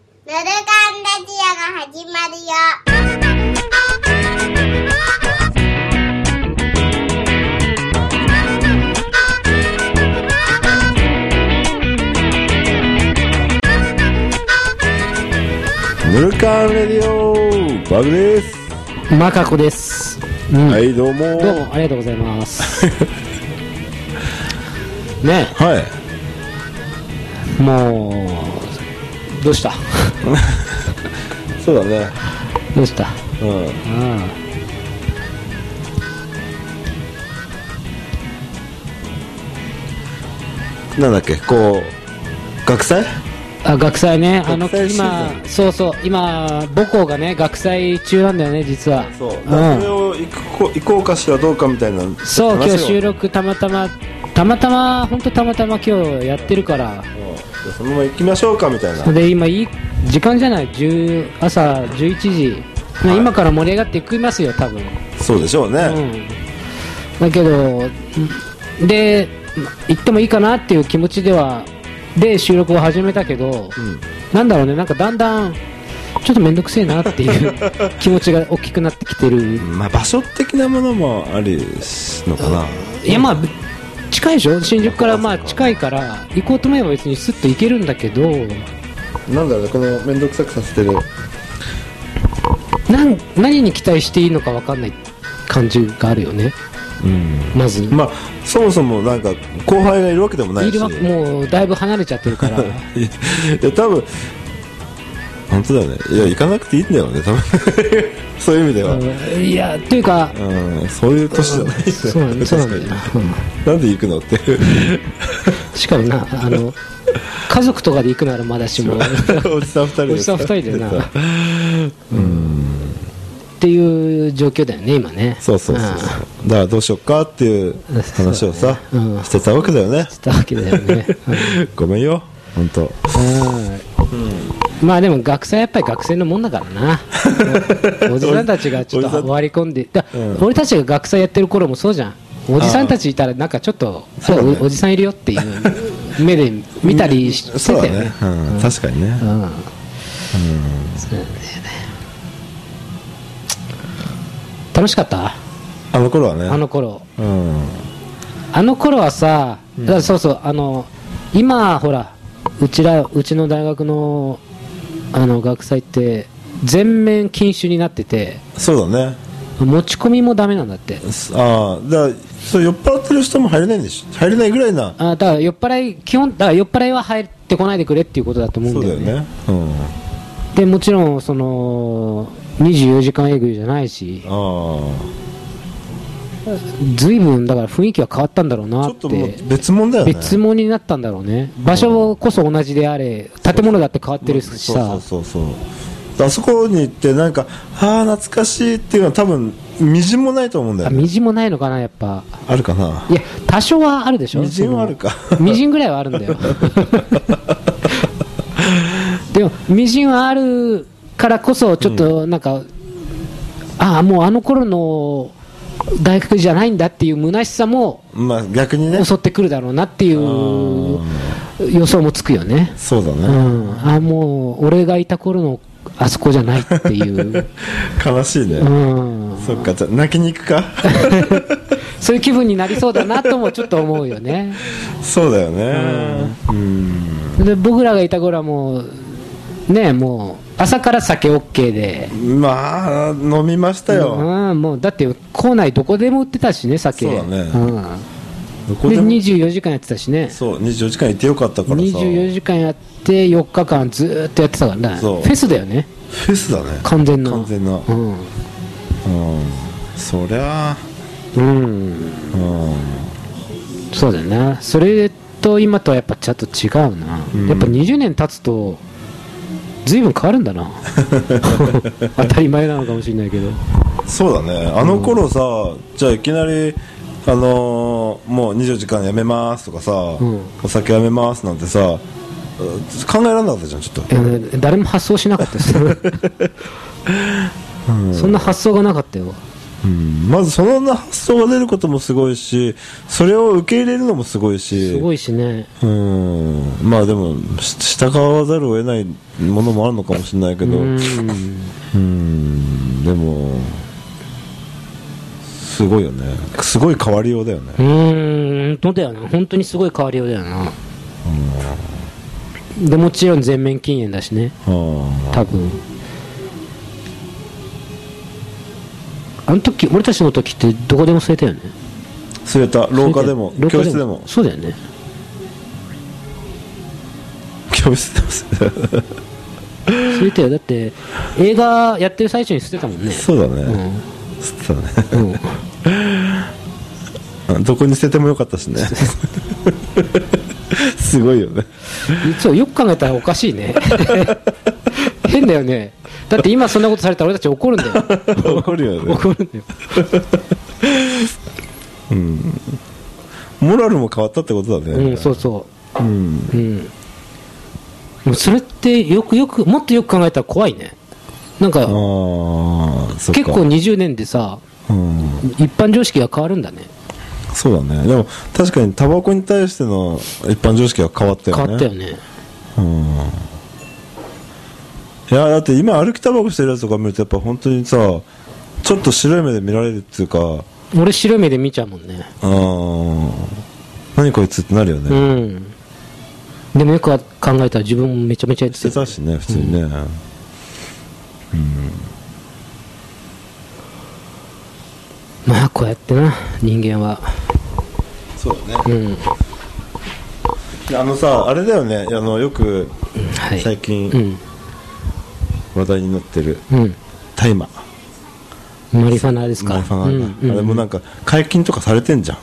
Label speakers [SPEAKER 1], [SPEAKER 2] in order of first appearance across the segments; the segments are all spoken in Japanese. [SPEAKER 1] ぬるかんラジオが始まるよ。
[SPEAKER 2] ヌルカンレディオバグです、
[SPEAKER 3] マカコです。うん。
[SPEAKER 2] はいどうも
[SPEAKER 3] どうもありがとうございます。 ね
[SPEAKER 2] はい
[SPEAKER 3] え、もう、どうした
[SPEAKER 2] そうだね
[SPEAKER 3] どうした
[SPEAKER 2] うん
[SPEAKER 3] うん。
[SPEAKER 2] なんだっけこう学祭
[SPEAKER 3] あ、学祭ね。あの、
[SPEAKER 2] 学祭シーズン
[SPEAKER 3] 今、そうそう、今、母校がね、学祭中なんだよね、実は。
[SPEAKER 2] そう、だからそれ
[SPEAKER 3] ん。
[SPEAKER 2] を行こう行こうかしらどうかみたいな
[SPEAKER 3] そう、今日
[SPEAKER 2] 話を
[SPEAKER 3] 収録たまたま、たまたま、ほんとたまたま今日やってるから。
[SPEAKER 2] うんじゃあそのまま行きましょうかみたいな
[SPEAKER 3] で、今、いい、時間じゃない10朝11時。ね
[SPEAKER 2] はい
[SPEAKER 3] 今から盛り上がっていきますよ、多分。
[SPEAKER 2] そうでしょうね、
[SPEAKER 3] うん、だけどんで行ってもいいかなっていう気持ちではで収録を始めたけど、
[SPEAKER 2] ん
[SPEAKER 3] なんだろうねなんかだんだんちょっと面倒くせえなっていう 気持ちが大きくなってきてる
[SPEAKER 2] まあ場所的なものもありしのかな、
[SPEAKER 3] いやまあ近いでしょ新宿からまあ近いから行こうと思えば別にスッと行けるんだけど
[SPEAKER 2] なんだろうねこの面倒くさくさせてる
[SPEAKER 3] なん何に期待していいのか分かんない感じがあるよね
[SPEAKER 2] うん
[SPEAKER 3] まず、
[SPEAKER 2] まあそもそもなんか後輩がいるわけでもない
[SPEAKER 3] い
[SPEAKER 2] し
[SPEAKER 3] るわもうだいぶ離れちゃってるか
[SPEAKER 2] い
[SPEAKER 3] ら
[SPEAKER 2] やいや多分本当だよねいや行かなくていいんだよね多分 そういう意味では、
[SPEAKER 3] うんいやというか
[SPEAKER 2] うん、そういう年じゃないです
[SPEAKER 3] そう
[SPEAKER 2] よ
[SPEAKER 3] なんだ
[SPEAKER 2] ね
[SPEAKER 3] そうなんだ
[SPEAKER 2] 確
[SPEAKER 3] よ
[SPEAKER 2] かに
[SPEAKER 3] な、うん
[SPEAKER 2] なんで行くのって
[SPEAKER 3] しかもな、あの、家族とかで行くならまだしも、
[SPEAKER 2] おじさん二人で
[SPEAKER 3] おじさん二人でな。っていう状況だよね、今ね。
[SPEAKER 2] そうそうそうそうだからどうしようかっていう話をさ、
[SPEAKER 3] そうだねうん
[SPEAKER 2] してたわけだよね
[SPEAKER 3] したわけだよね。
[SPEAKER 2] ごめんよ本当
[SPEAKER 3] うんまあでも学生はやっぱり学生のもんだか らな。おじさんたちがちょっと割り込んで、だ
[SPEAKER 2] うん
[SPEAKER 3] 俺たちが学生やってる頃もそうじゃん。おじさんたちいたらなんかちょっと、
[SPEAKER 2] そうだね
[SPEAKER 3] おおじさんいるよっていう目で見たりしてた
[SPEAKER 2] そう
[SPEAKER 3] よ
[SPEAKER 2] だ
[SPEAKER 3] ね
[SPEAKER 2] ね。、うん確かにね、
[SPEAKER 3] うんそうなんだよね楽しかった
[SPEAKER 2] あの頃はね
[SPEAKER 3] あの頃
[SPEAKER 2] うん
[SPEAKER 3] あの頃はさ、だからそうそうあの今ほらうちらうちの大学のあの学祭って全面禁酒になってて
[SPEAKER 2] そうだね
[SPEAKER 3] 持ち込みもダメなんだって
[SPEAKER 2] ああだからそう酔っ払ってる人も入れないんでしょ入れないぐらいな
[SPEAKER 3] あだから酔っ払い基本だから酔っ払いは入ってこないでくれっていうことだと思う
[SPEAKER 2] そ
[SPEAKER 3] ん
[SPEAKER 2] う
[SPEAKER 3] だ
[SPEAKER 2] だ
[SPEAKER 3] よ
[SPEAKER 2] よ
[SPEAKER 3] ね
[SPEAKER 2] ねうん
[SPEAKER 3] でもちろんその24時間営業じゃないし
[SPEAKER 2] あ
[SPEAKER 3] ずいぶんだから雰囲気は変わったんだろう
[SPEAKER 2] あち
[SPEAKER 3] な
[SPEAKER 2] ょっ
[SPEAKER 3] っ
[SPEAKER 2] とも
[SPEAKER 3] て
[SPEAKER 2] う別物だよね
[SPEAKER 3] 別物になったんだろうね場所こそ同じであれ建物だって変わってるし
[SPEAKER 2] そ
[SPEAKER 3] さ
[SPEAKER 2] うそうそうそうあそこに行ってなんかああ懐かしいっていうのは多分みじんもないと思うんだ
[SPEAKER 3] あ
[SPEAKER 2] よね
[SPEAKER 3] みじんもないのかなやっぱ
[SPEAKER 2] あるかない
[SPEAKER 3] や多少はあるでしょ
[SPEAKER 2] みじんはあるか
[SPEAKER 3] そのみじんぐらいはあるんだ よでもみじんはあるからこそちょっとなんか、ああもうあの頃の大学じゃないんだっていう虚しさも
[SPEAKER 2] まあ逆にね
[SPEAKER 3] 襲ってくるだろうなっていう予想もつくよね
[SPEAKER 2] そうだ
[SPEAKER 3] う
[SPEAKER 2] ね、
[SPEAKER 3] ん、あもう俺がいた頃のあそこじゃないって いう、
[SPEAKER 2] 悲しいね、
[SPEAKER 3] うん、
[SPEAKER 2] そっかじゃあ泣きに行く か
[SPEAKER 3] そういう気分になりそうだなともちょっと思うよね
[SPEAKER 2] そうだよねうん
[SPEAKER 3] で僕らがいた頃はもうねもう朝から酒 OK で、
[SPEAKER 2] まあ飲みましたよ、
[SPEAKER 3] うん、もうだって校内どこでも売ってたしね酒
[SPEAKER 2] そうだねど
[SPEAKER 3] う
[SPEAKER 2] こ
[SPEAKER 3] ん、で
[SPEAKER 2] でも
[SPEAKER 3] 24時間やってたしね
[SPEAKER 2] そう24時間行ってよかったからさ
[SPEAKER 3] 24時間やって4日間ずーっとやってたからねフ
[SPEAKER 2] そう
[SPEAKER 3] ェスだよね
[SPEAKER 2] フェスだね
[SPEAKER 3] 完全な
[SPEAKER 2] 完全なうん
[SPEAKER 3] うん
[SPEAKER 2] そりゃあ
[SPEAKER 3] うん
[SPEAKER 2] うん
[SPEAKER 3] そうだよねそれと今とはやっぱちょっと違うな、
[SPEAKER 2] ん
[SPEAKER 3] やっぱ20年経つと随分変わるんだ な当たり前なのかもしれないけど
[SPEAKER 2] そうだねあの頃さ、じゃあいきなりあのーもう24時間やめますとかさ、
[SPEAKER 3] うん
[SPEAKER 2] お酒やめますなんてさうん考えられなかったじゃんちょっ
[SPEAKER 3] いや誰も発想しなかったですそんな発想がなかったよ、
[SPEAKER 2] うんまずその発想が出ることもすごいしそれを受け入れるのもすごいし
[SPEAKER 3] すごいしね
[SPEAKER 2] うんまあでもし従わざるを得ないものもあるのかもしれないけど
[SPEAKER 3] うん
[SPEAKER 2] うんでもすごいよねすごい変わりようだよね
[SPEAKER 3] うーん本当だよな本当にすごい変わりようだよなでもちろん全面禁煙だしね
[SPEAKER 2] あ
[SPEAKER 3] 多分あの時俺たちの時ってどこでも吸えたよね
[SPEAKER 2] あそれた廊下でも
[SPEAKER 3] 吸えたよ
[SPEAKER 2] 教室でも
[SPEAKER 3] そうだよね
[SPEAKER 2] 教室でも
[SPEAKER 3] 吸えたよだって映画やってる最中に吸ってたもんね
[SPEAKER 2] そうだ
[SPEAKER 3] う
[SPEAKER 2] ね、
[SPEAKER 3] ん
[SPEAKER 2] そうだね
[SPEAKER 3] うん、
[SPEAKER 2] あ どこに捨ててもよかったしね すごい よね
[SPEAKER 3] そうよく考えたらおかしいね 変だよねだって今そんなことされたら俺たち怒るんだ よ
[SPEAKER 2] 怒るよね
[SPEAKER 3] 怒るんだよ
[SPEAKER 2] モラルも変わったってことだね、、
[SPEAKER 3] うんそうそう
[SPEAKER 2] ん、
[SPEAKER 3] うん、もうそれってよくよくもっとよく考えたら怖いねなんか
[SPEAKER 2] ああそっか
[SPEAKER 3] 結構20年でさ
[SPEAKER 2] うん
[SPEAKER 3] 一般常識が変わるんだね
[SPEAKER 2] そうだねでも確かにタバコに対しての一般常識は変わったよね
[SPEAKER 3] 変わったよね
[SPEAKER 2] いやだって今歩きタバコしてるやつとか見るとやっぱ本当にさちょっと白い目で見られるっていうかあ
[SPEAKER 3] 俺白い目で見ちゃうもんね
[SPEAKER 2] ー何こいつってなるよ
[SPEAKER 3] う
[SPEAKER 2] ね、
[SPEAKER 3] んでもよく考えたら自分もめちゃめちゃやっ
[SPEAKER 2] してて
[SPEAKER 3] た
[SPEAKER 2] たしね普通にね、
[SPEAKER 3] まあこうやってな人間は
[SPEAKER 2] そうだね
[SPEAKER 3] うん
[SPEAKER 2] あのさあれだよねあのよく
[SPEAKER 3] はい
[SPEAKER 2] 最近
[SPEAKER 3] うん
[SPEAKER 2] 話題になってる
[SPEAKER 3] うん
[SPEAKER 2] 大麻
[SPEAKER 3] マリファナですか
[SPEAKER 2] マリファナ
[SPEAKER 3] うんうん
[SPEAKER 2] あれもなんか解禁とかされてんじゃん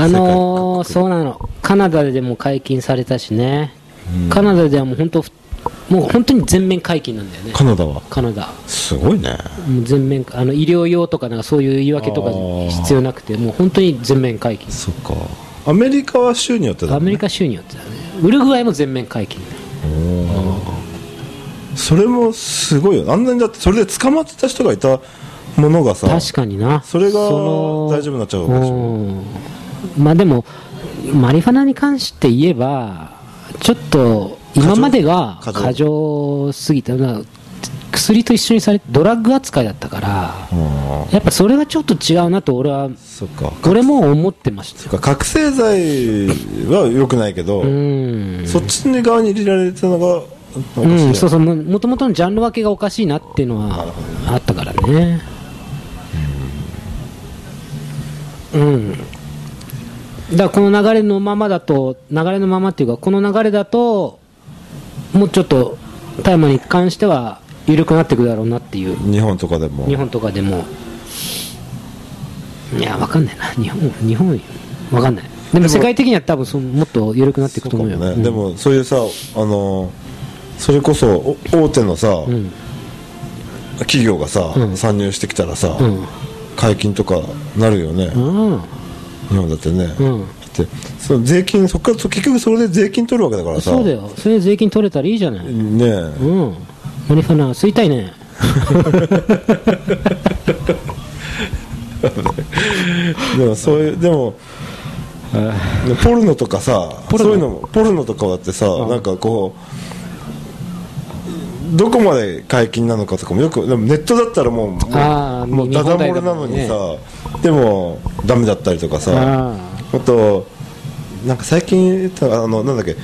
[SPEAKER 3] あのー、そうなのカナダでも解禁されたしね、カナダではもう本当もう本当に全面解禁なんだよね
[SPEAKER 2] カナダは
[SPEAKER 3] カナダ
[SPEAKER 2] すごいね
[SPEAKER 3] もう全面あの医療用とかなんかそういう言い訳とか
[SPEAKER 2] あー
[SPEAKER 3] 必要なくてもう本当に全面解禁
[SPEAKER 2] そっかアメリカは州によってだ、ね、
[SPEAKER 3] アメリカ州によってだねウルグアイも全面解禁
[SPEAKER 2] それもすごいよねあんなにだってそれで捕まってた人がいたものがさ
[SPEAKER 3] 確かにな
[SPEAKER 2] それが
[SPEAKER 3] の
[SPEAKER 2] 大丈夫になっちゃうわけでしょ
[SPEAKER 3] うんまあでもマリファナに関して言えばちょっと今までが
[SPEAKER 2] 過剰
[SPEAKER 3] 過剰すぎたな薬と一緒にされドラッグ扱いだったから
[SPEAKER 2] あ
[SPEAKER 3] やっぱそれはちょっと違うなと俺は
[SPEAKER 2] ーそっか
[SPEAKER 3] 俺も思ってました
[SPEAKER 2] そっか覚醒剤は良くないけど、
[SPEAKER 3] うん
[SPEAKER 2] そっちの側に入れられてたのがなんか不思議だ
[SPEAKER 3] うん、そうそうももともとのジャンル分けがおかしいなっていうのはあったからねうんだからこの流れのままだと流れのままっていうかこの流れだともうちょっと大麻に関しては緩くなっていくだろうなっていう
[SPEAKER 2] 日本とかでも
[SPEAKER 3] 日本とかでもいやわかんないな日本日本わかんないでも世界的には多分そうもっと緩くなっていくと
[SPEAKER 2] そうかも
[SPEAKER 3] 思う
[SPEAKER 2] ね、
[SPEAKER 3] ようん
[SPEAKER 2] でもそういうさあのそれこそお大手のさ、
[SPEAKER 3] ん
[SPEAKER 2] 企業がさ、
[SPEAKER 3] うん
[SPEAKER 2] 参入してきたらさ、
[SPEAKER 3] うん
[SPEAKER 2] 解禁とかなるよね、
[SPEAKER 3] うん
[SPEAKER 2] 日本だってね、
[SPEAKER 3] うん
[SPEAKER 2] だってその税金そっからそ結局それで税金取るわけだからさ
[SPEAKER 3] そうだよそれで税金取れたらいいじゃない
[SPEAKER 2] ねえ、
[SPEAKER 3] うんマリファナ吸いたいね
[SPEAKER 2] でもそういうでもねポルノとかさ
[SPEAKER 3] ポルノ
[SPEAKER 2] そういうのもポルノとかだってさ、なんかこうどこまで解禁なのかとかもよくでもネットだったらもうも
[SPEAKER 3] あー
[SPEAKER 2] うもう
[SPEAKER 3] 見
[SPEAKER 2] ダダ
[SPEAKER 3] 放題
[SPEAKER 2] 漏れ
[SPEAKER 3] だも
[SPEAKER 2] なんの
[SPEAKER 3] ね
[SPEAKER 2] にさ、でもダメだったりとかさ
[SPEAKER 3] あ
[SPEAKER 2] あとなんか最近言ったあのなんだっけ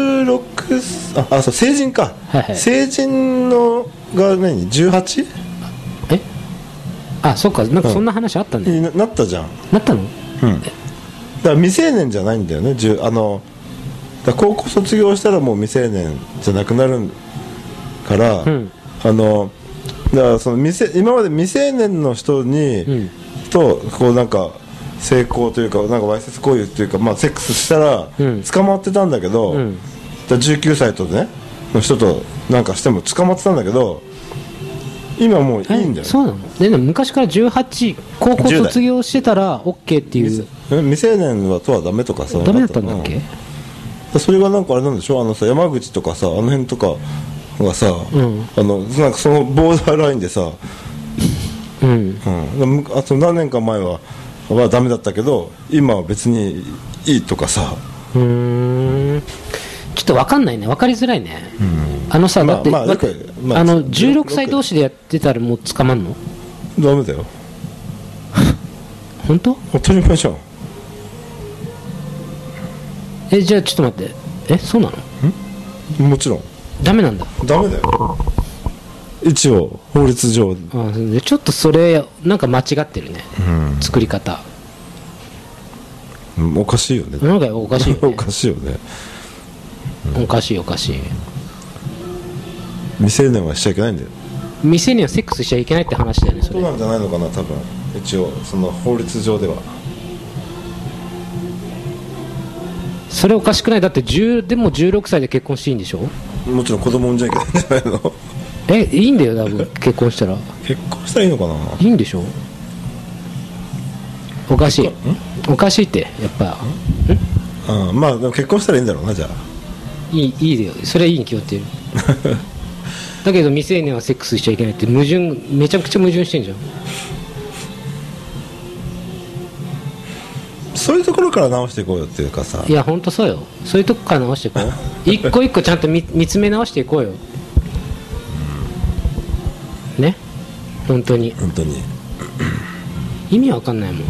[SPEAKER 2] 16ああそう成人か、
[SPEAKER 3] はいはい
[SPEAKER 2] 成人のが何 18?
[SPEAKER 3] えあそっかなんかそんな話あったね、
[SPEAKER 2] にななったじゃん
[SPEAKER 3] なったの
[SPEAKER 2] うん、だから未成年じゃないんだよねじゅあのだから高校卒業したらもう未成年じゃなくなるから、
[SPEAKER 3] ん
[SPEAKER 2] あのだからその未成今まで未成年の人に、
[SPEAKER 3] ん
[SPEAKER 2] とこうなんか性交というかなんかわいせつ行為というか、まあ、セックスしたら
[SPEAKER 3] うん
[SPEAKER 2] 捕まってたんだけど、
[SPEAKER 3] うん
[SPEAKER 2] だから19歳とねの人となんかしても捕まってたんだけど今もういいんだよね、
[SPEAKER 3] えそうなのででも昔から18高校
[SPEAKER 2] 10代
[SPEAKER 3] 卒業してたら OK っていう
[SPEAKER 2] え未成年はとはダメとかさ
[SPEAKER 3] ダメだったんだっ
[SPEAKER 2] う
[SPEAKER 3] け
[SPEAKER 2] それがなんかあれなんでしょあのさ山口とかさあの辺とかがさ、
[SPEAKER 3] ん
[SPEAKER 2] あのなんかそのボーダーラインでさ
[SPEAKER 3] うん
[SPEAKER 2] うん、あと何年か前ははダメだったけど今は別にいいとかさ、
[SPEAKER 3] うーんちょっと分かんないね分かりづらいね、あのさ
[SPEAKER 2] まあ
[SPEAKER 3] だって、
[SPEAKER 2] まあ
[SPEAKER 3] だって
[SPEAKER 2] よくまあ
[SPEAKER 3] あの
[SPEAKER 2] よく
[SPEAKER 3] 16歳同士でやってたらもう捕まんの
[SPEAKER 2] ダメだよ
[SPEAKER 3] 本当
[SPEAKER 2] 本当にましょ
[SPEAKER 3] えじゃあちょっと待ってえそうなの
[SPEAKER 2] うもちろん
[SPEAKER 3] ダメなんだ
[SPEAKER 2] ダメだよ一応法律上
[SPEAKER 3] あでちょっとそれなんか間違ってるね、作り方
[SPEAKER 2] うんおかしいよね
[SPEAKER 3] なんかおかしいよ、
[SPEAKER 2] お
[SPEAKER 3] ね、
[SPEAKER 2] かしいよね
[SPEAKER 3] おかしいおかしい
[SPEAKER 2] 未成年はしちゃいけないんだよ
[SPEAKER 3] 未成年はセックスしちゃいけないって話だよねそ
[SPEAKER 2] そう
[SPEAKER 3] れ
[SPEAKER 2] なんじゃないのかな多分一応その法律上では
[SPEAKER 3] それおかしくないだって10でも16歳で結婚していいんでしょ
[SPEAKER 2] もちろん子供産んじゃいけないんじゃないの
[SPEAKER 3] えいいんだよ多分結婚したら
[SPEAKER 2] 結婚したらいいのかない
[SPEAKER 3] いんでしょおかしいおかしいってやっぱ
[SPEAKER 2] うん、まあでも結婚したらいいんだろうなじゃあ
[SPEAKER 3] いいいいだよそれはいいに決まってる だけど未成年はセックスしちゃいけないって矛盾めちゃくちゃ矛盾してんじゃん
[SPEAKER 2] そういうところから直していこうよっていうかさ
[SPEAKER 3] いや本当そうよそういうとこから直していこう一個一個ちゃんと見見つめ直していこうよね本当に
[SPEAKER 2] 本当に
[SPEAKER 3] 意味わかんないも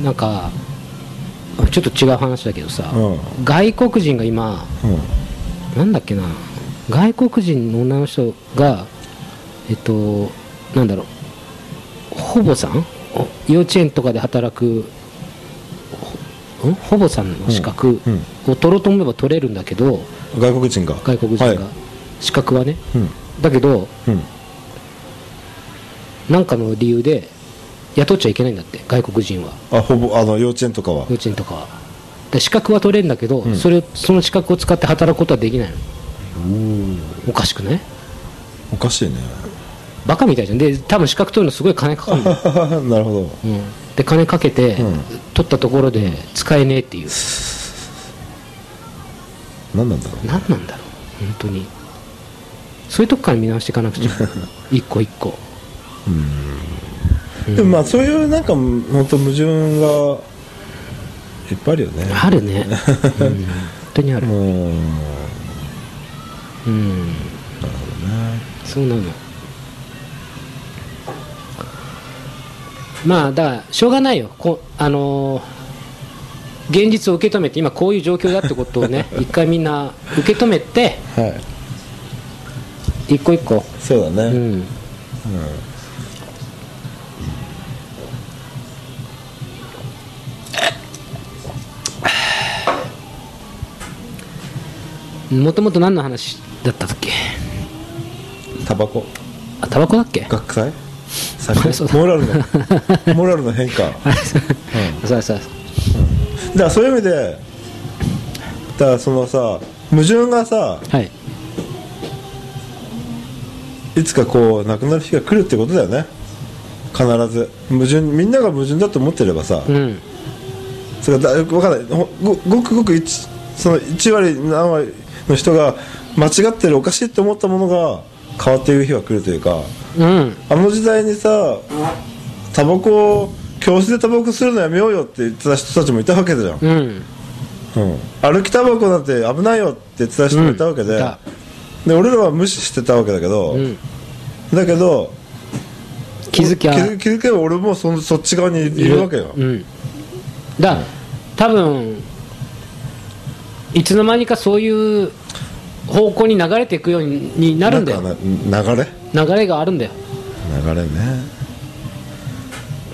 [SPEAKER 3] ん、なんかちょっと違う話だけどさ、
[SPEAKER 2] う
[SPEAKER 3] 外国人が今
[SPEAKER 2] うん
[SPEAKER 3] なんだっけな外国人の女の人がえっとなんだろうほぼさんお幼稚園とかで働くほんほぼさんの資格
[SPEAKER 2] うん
[SPEAKER 3] を取ろうと思えば取れるんだけど、
[SPEAKER 2] 外国人が
[SPEAKER 3] 外国人
[SPEAKER 2] は
[SPEAKER 3] が、
[SPEAKER 2] い
[SPEAKER 3] 資格はね、
[SPEAKER 2] うん
[SPEAKER 3] だけど
[SPEAKER 2] うん、
[SPEAKER 3] なんかの理由で雇っちゃいけないんだって外国人は
[SPEAKER 2] あほぼあの幼稚園とかは
[SPEAKER 3] 幼稚園とかはで資格は取れるんだけど、それその資格を使って働くことはできないのおかしくない
[SPEAKER 2] おかしいね
[SPEAKER 3] バカみたいじゃんで多分資格取るのすごい金かかるの、
[SPEAKER 2] なるほ
[SPEAKER 3] うん、で金かけて、
[SPEAKER 2] うん
[SPEAKER 3] 取ったところで使えねえっていう
[SPEAKER 2] ど何なんだろう
[SPEAKER 3] 何なんだろう本当にそういうとこから見直していか なくちゃ一個一個
[SPEAKER 2] でもまあそういうなんか本当矛盾がいっぱいあるよね
[SPEAKER 3] あるね、うん本当にある
[SPEAKER 2] うん
[SPEAKER 3] うんそうなのまあだからしょうがないよこあのー現実を受け止めて今こういう状況だってこと をね一回みんな受け止めて
[SPEAKER 2] はい
[SPEAKER 3] 一個一個
[SPEAKER 2] そうだ
[SPEAKER 3] う
[SPEAKER 2] ね、
[SPEAKER 3] んもともと何の話だったっけ
[SPEAKER 2] タバコ
[SPEAKER 3] あタバコだっけ
[SPEAKER 2] 学祭
[SPEAKER 3] そう
[SPEAKER 2] 酒
[SPEAKER 3] だ
[SPEAKER 2] モラル のモラルの変化
[SPEAKER 3] そうそう
[SPEAKER 2] だからそういう意味でだからそのさ矛盾がさ
[SPEAKER 3] はい
[SPEAKER 2] いつかこうなくなる日が来るってことだよね必ず矛盾みんなが矛盾だと思ってればさ、
[SPEAKER 3] うん
[SPEAKER 2] それがだ分かんないほごごくごく一その1割何割の人が間違ってるおかしいって思ったものが変わっていく日が来るというか
[SPEAKER 3] うん
[SPEAKER 2] あの時代にさタバコを教室でタバコ吸うのやめようよって言ってた人たちもいたわけじゃん、
[SPEAKER 3] うん
[SPEAKER 2] うん、歩きタバコなんて危ないよって言ってた人もいたわけで,、
[SPEAKER 3] うんいた
[SPEAKER 2] で俺らは無視してたわけだけど、
[SPEAKER 3] うん
[SPEAKER 2] だけど
[SPEAKER 3] 気づきゃ
[SPEAKER 2] 気づ気づけば俺もそのそっち側にいるわけよ、
[SPEAKER 3] うん、だ多分いつの間にかそういう方向に流れていくようになるんだよ
[SPEAKER 2] なんかな流れ
[SPEAKER 3] 流れがあるんだよ
[SPEAKER 2] 流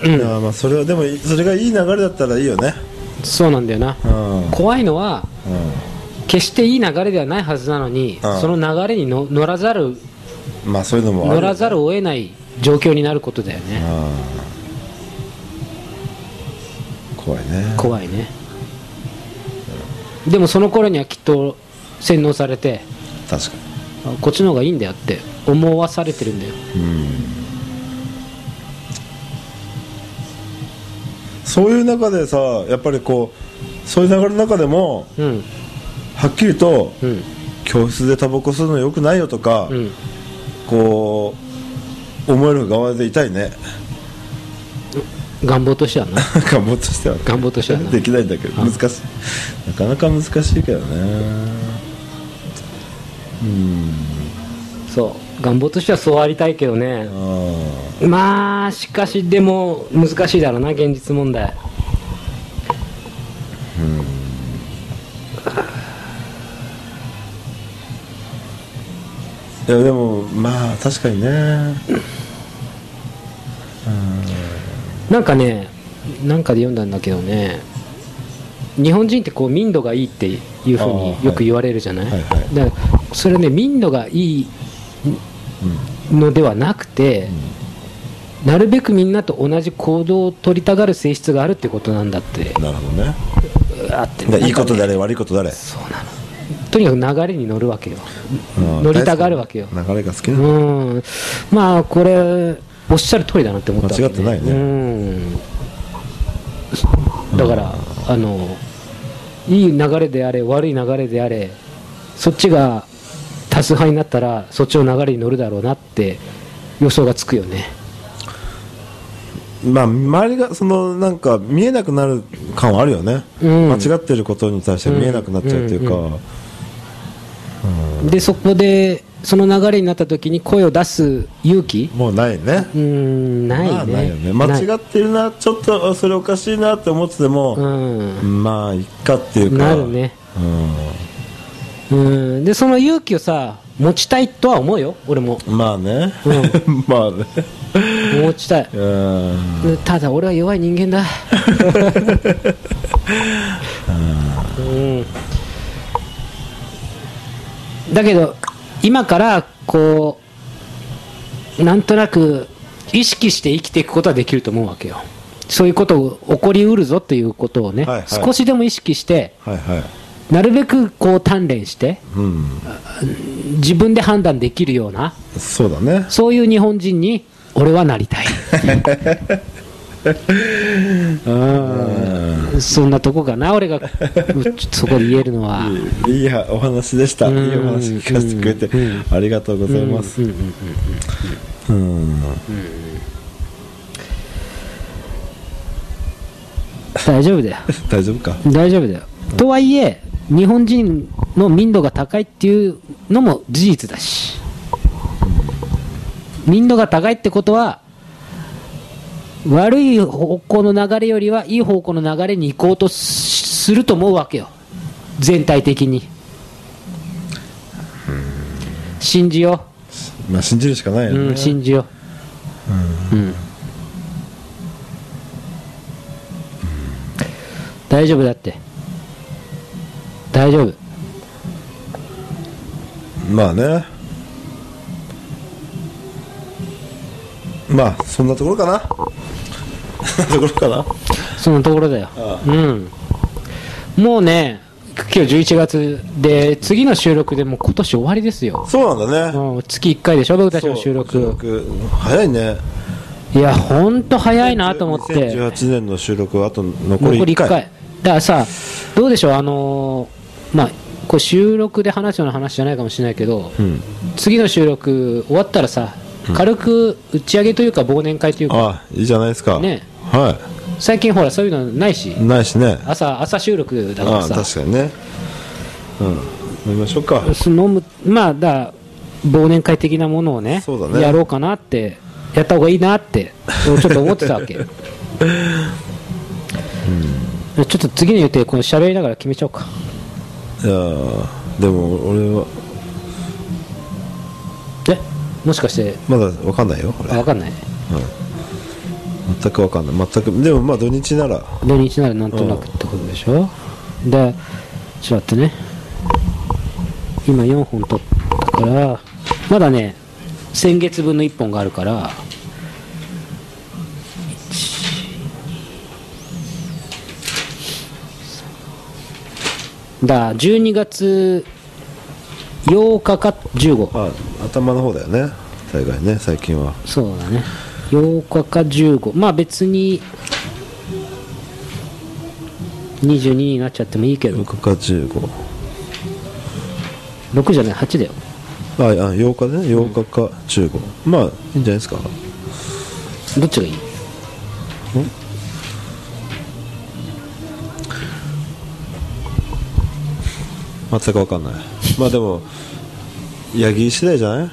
[SPEAKER 2] れねいやまあそれはでもいそれがいい流れだったらいいよね
[SPEAKER 3] そうなんだよな
[SPEAKER 2] うんうん
[SPEAKER 3] 怖いのは決していい流れではないはずなのに
[SPEAKER 2] うん
[SPEAKER 3] その流れにの乗らざる
[SPEAKER 2] まあそういうのもある
[SPEAKER 3] 乗らざるを得ない状況になることだよね
[SPEAKER 2] うん怖いね
[SPEAKER 3] 怖いねでもその頃にはきっと洗脳されて
[SPEAKER 2] 確か
[SPEAKER 3] あこっちの方がいいんだよって思わされてるんだよ
[SPEAKER 2] にうんそういう中でさやっぱりこうそういう流れの中でも
[SPEAKER 3] うん
[SPEAKER 2] はっきりと
[SPEAKER 3] うん
[SPEAKER 2] 「教室でタバコ吸うのよくないよとか、
[SPEAKER 3] うん
[SPEAKER 2] こう思える側でいたいね
[SPEAKER 3] 願望としてはな
[SPEAKER 2] 願望としてはね
[SPEAKER 3] 願望としてはな
[SPEAKER 2] できないんだけど
[SPEAKER 3] はい
[SPEAKER 2] 難しいなかなか難しいけどね
[SPEAKER 3] そう願望としてはそうありたいけどね
[SPEAKER 2] あー
[SPEAKER 3] まあしかしでも難しいだろうな現実問題
[SPEAKER 2] いやでもまあ確かにね
[SPEAKER 3] なんかねなんかで読んだんだけどね日本人ってこう民度がいいっていうふう
[SPEAKER 2] あーは
[SPEAKER 3] に
[SPEAKER 2] い
[SPEAKER 3] よく言われるじゃない、
[SPEAKER 2] はいはい
[SPEAKER 3] だからそれね民度がいいのではなくて、なるべくみんなと同じ行動を取りたがる性質があるってことなんだって
[SPEAKER 2] なるほどね
[SPEAKER 3] あって
[SPEAKER 2] いやいいこと誰悪いこと誰
[SPEAKER 3] そうなのとにかく流れに乗るわけよ
[SPEAKER 2] うん
[SPEAKER 3] 乗りたがるわけよ
[SPEAKER 2] 流れが好き
[SPEAKER 3] う
[SPEAKER 2] なの
[SPEAKER 3] んまあこれおっしゃる通りだなって思ったわけ、
[SPEAKER 2] 間違ってないね
[SPEAKER 3] うんだからあのいい流れであれ悪い流れであれそっちが多数派になったらそっちの流れに乗るだろうなって予想がつくよね
[SPEAKER 2] まあ周りがそのなんか見えなくなる感はあるよね、
[SPEAKER 3] うん
[SPEAKER 2] 間違ってることに対して見えなくなっちゃうっていうか、
[SPEAKER 3] うんでそこでその流れになった時に声を出す勇気
[SPEAKER 2] もうないね
[SPEAKER 3] うんないね,、
[SPEAKER 2] まあないよね間違ってるなちょっとあそれおかしいなって思ってて
[SPEAKER 3] う
[SPEAKER 2] も、
[SPEAKER 3] ん
[SPEAKER 2] まあいっかっていうか
[SPEAKER 3] なるね
[SPEAKER 2] う
[SPEAKER 3] うんでその勇気をさ持ちたいとは思うよ俺も
[SPEAKER 2] んまあね、
[SPEAKER 3] う
[SPEAKER 2] まあね
[SPEAKER 3] 持ちたい
[SPEAKER 2] うん
[SPEAKER 3] ただ俺は弱い人間だうんだけど今からこうなんとなく意識して生きていくことはできると思うわけよそういうことを起こりうるぞということをね、
[SPEAKER 2] はいはい
[SPEAKER 3] 少しでも意識して
[SPEAKER 2] はいはい
[SPEAKER 3] なるべくこう鍛錬して
[SPEAKER 2] うん
[SPEAKER 3] 自分で判断できるような
[SPEAKER 2] そうだね
[SPEAKER 3] そういう日本人に俺はなりたいうんそんなとこかな俺がうちそこで言えるのは。
[SPEAKER 2] いいいいお話でしたいいお話聞かせてくれてありがとうございます
[SPEAKER 3] うんうんうん
[SPEAKER 2] うん
[SPEAKER 3] 大丈夫だよ
[SPEAKER 2] 大丈夫か
[SPEAKER 3] 大丈夫だよとはいえ日本人の民度が高いっていうのも事実だし民度が高いってことは悪い方向の流れよりはいい方向の流れに行こうとしすると思うわけよ全体的に信じよ、
[SPEAKER 2] まあ信じるしかないうよね、
[SPEAKER 3] うん、信じよう、うん大丈夫だって大丈夫
[SPEAKER 2] まあねまあそんなところかなそんなところかな
[SPEAKER 3] そのところだよ
[SPEAKER 2] あ
[SPEAKER 3] うんもうね今日11月で次の収録でもう今年終わりですよ、
[SPEAKER 2] そうなんだね
[SPEAKER 3] うん、月1回でしょ僕たちの収
[SPEAKER 2] そう
[SPEAKER 3] 録
[SPEAKER 2] 早いね
[SPEAKER 3] いやほんと早いなと思って
[SPEAKER 2] 2018年の収録はあと残り
[SPEAKER 3] 残
[SPEAKER 2] 1
[SPEAKER 3] り1回
[SPEAKER 2] 回
[SPEAKER 3] だからさどうでしょうあのーまあこれ収録で話すような話じゃないかもしれないけど、
[SPEAKER 2] うん
[SPEAKER 3] 次の収録終わったらさ軽く打ち上げというか忘年会というか
[SPEAKER 2] あいいじゃないですか
[SPEAKER 3] ね
[SPEAKER 2] は
[SPEAKER 3] 最近ほらそういうのないし
[SPEAKER 2] いないしね
[SPEAKER 3] 朝朝収録だか
[SPEAKER 2] あ
[SPEAKER 3] らさ
[SPEAKER 2] 確かにねうん飲みましょうか
[SPEAKER 3] そのむまあだから忘年会的なものをね
[SPEAKER 2] そうだね
[SPEAKER 3] やろうかなってやった方がいいなってちょっと思ってた わけ、ちょっと次の予定この喋りながら決めちゃおうか
[SPEAKER 2] いやーでも俺は
[SPEAKER 3] えもしかして
[SPEAKER 2] まだわかんないよこれ
[SPEAKER 3] あわかんない
[SPEAKER 2] 全くわかんない全くでもまあ土日なら
[SPEAKER 3] 土日ならなんとなくってことでしょ、でちょっと待ってね今4本取ったからまだね先月分の1本があるからだ12月8日か15
[SPEAKER 2] あ頭の方だよね大概ね最近は
[SPEAKER 3] そうだね8日か15まあ別に22になっちゃってもいいけど
[SPEAKER 2] 6か15
[SPEAKER 3] 6じゃない8だよ
[SPEAKER 2] ああ8日でね8日か15、まあいいんじゃないですか
[SPEAKER 3] どっちがいい
[SPEAKER 2] 全く分かんないまあでも八木次第じゃない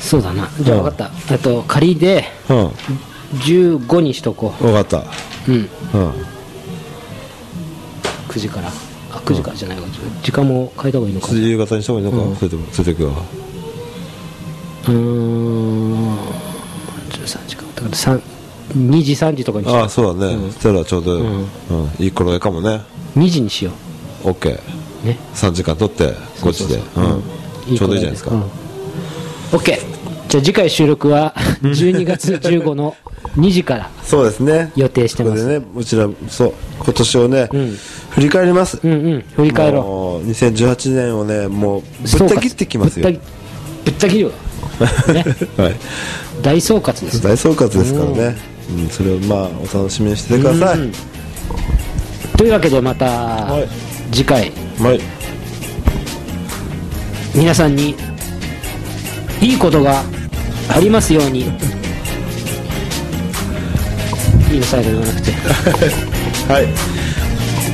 [SPEAKER 3] そうだなじゃあ
[SPEAKER 2] うん
[SPEAKER 3] 分かったえっと仮で
[SPEAKER 2] うん
[SPEAKER 3] 15にしとこ
[SPEAKER 2] 分かった
[SPEAKER 3] ううん
[SPEAKER 2] うん
[SPEAKER 3] 9時からあ9時からじゃないわ時間も変えた方がいいのか
[SPEAKER 2] ちょっと夕方にした方がいいのか、
[SPEAKER 3] うん
[SPEAKER 2] それとも連れてくわ
[SPEAKER 3] うーん13時間だから3 2時3時とかにし
[SPEAKER 2] あ
[SPEAKER 3] よ
[SPEAKER 2] あそうだね、そしたらちょうど、うんいい頃合いかもね
[SPEAKER 3] う2時にしよ
[SPEAKER 2] OK3
[SPEAKER 3] うね
[SPEAKER 2] 時間取ってこっちでうんちょうどいいじゃないですか、
[SPEAKER 3] オッケーじゃあ次回収 録は12月15の2時から
[SPEAKER 2] そうですね
[SPEAKER 3] 予定してま
[SPEAKER 2] こ
[SPEAKER 3] す
[SPEAKER 2] こでねこちらそう今年をね、
[SPEAKER 3] ん
[SPEAKER 2] 振り返ります、
[SPEAKER 3] うんうん振り返ろ
[SPEAKER 2] もう2018年をねもう
[SPEAKER 3] う
[SPEAKER 2] ぶった切ってきますよ
[SPEAKER 3] ぶったぶった切るわね
[SPEAKER 2] はい
[SPEAKER 3] 大総括です
[SPEAKER 2] 大総括ですからね、うんそれをまあお楽しみにしててください、
[SPEAKER 3] というわけでまた
[SPEAKER 2] はい
[SPEAKER 3] 次回
[SPEAKER 2] はい
[SPEAKER 3] 皆さんにいいことがありますようにいいの最後言わなくては
[SPEAKER 2] はい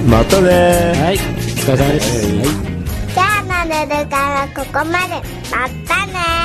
[SPEAKER 2] またね
[SPEAKER 3] いお疲れ様です、はい
[SPEAKER 1] じゃあのルルカはここまで。またね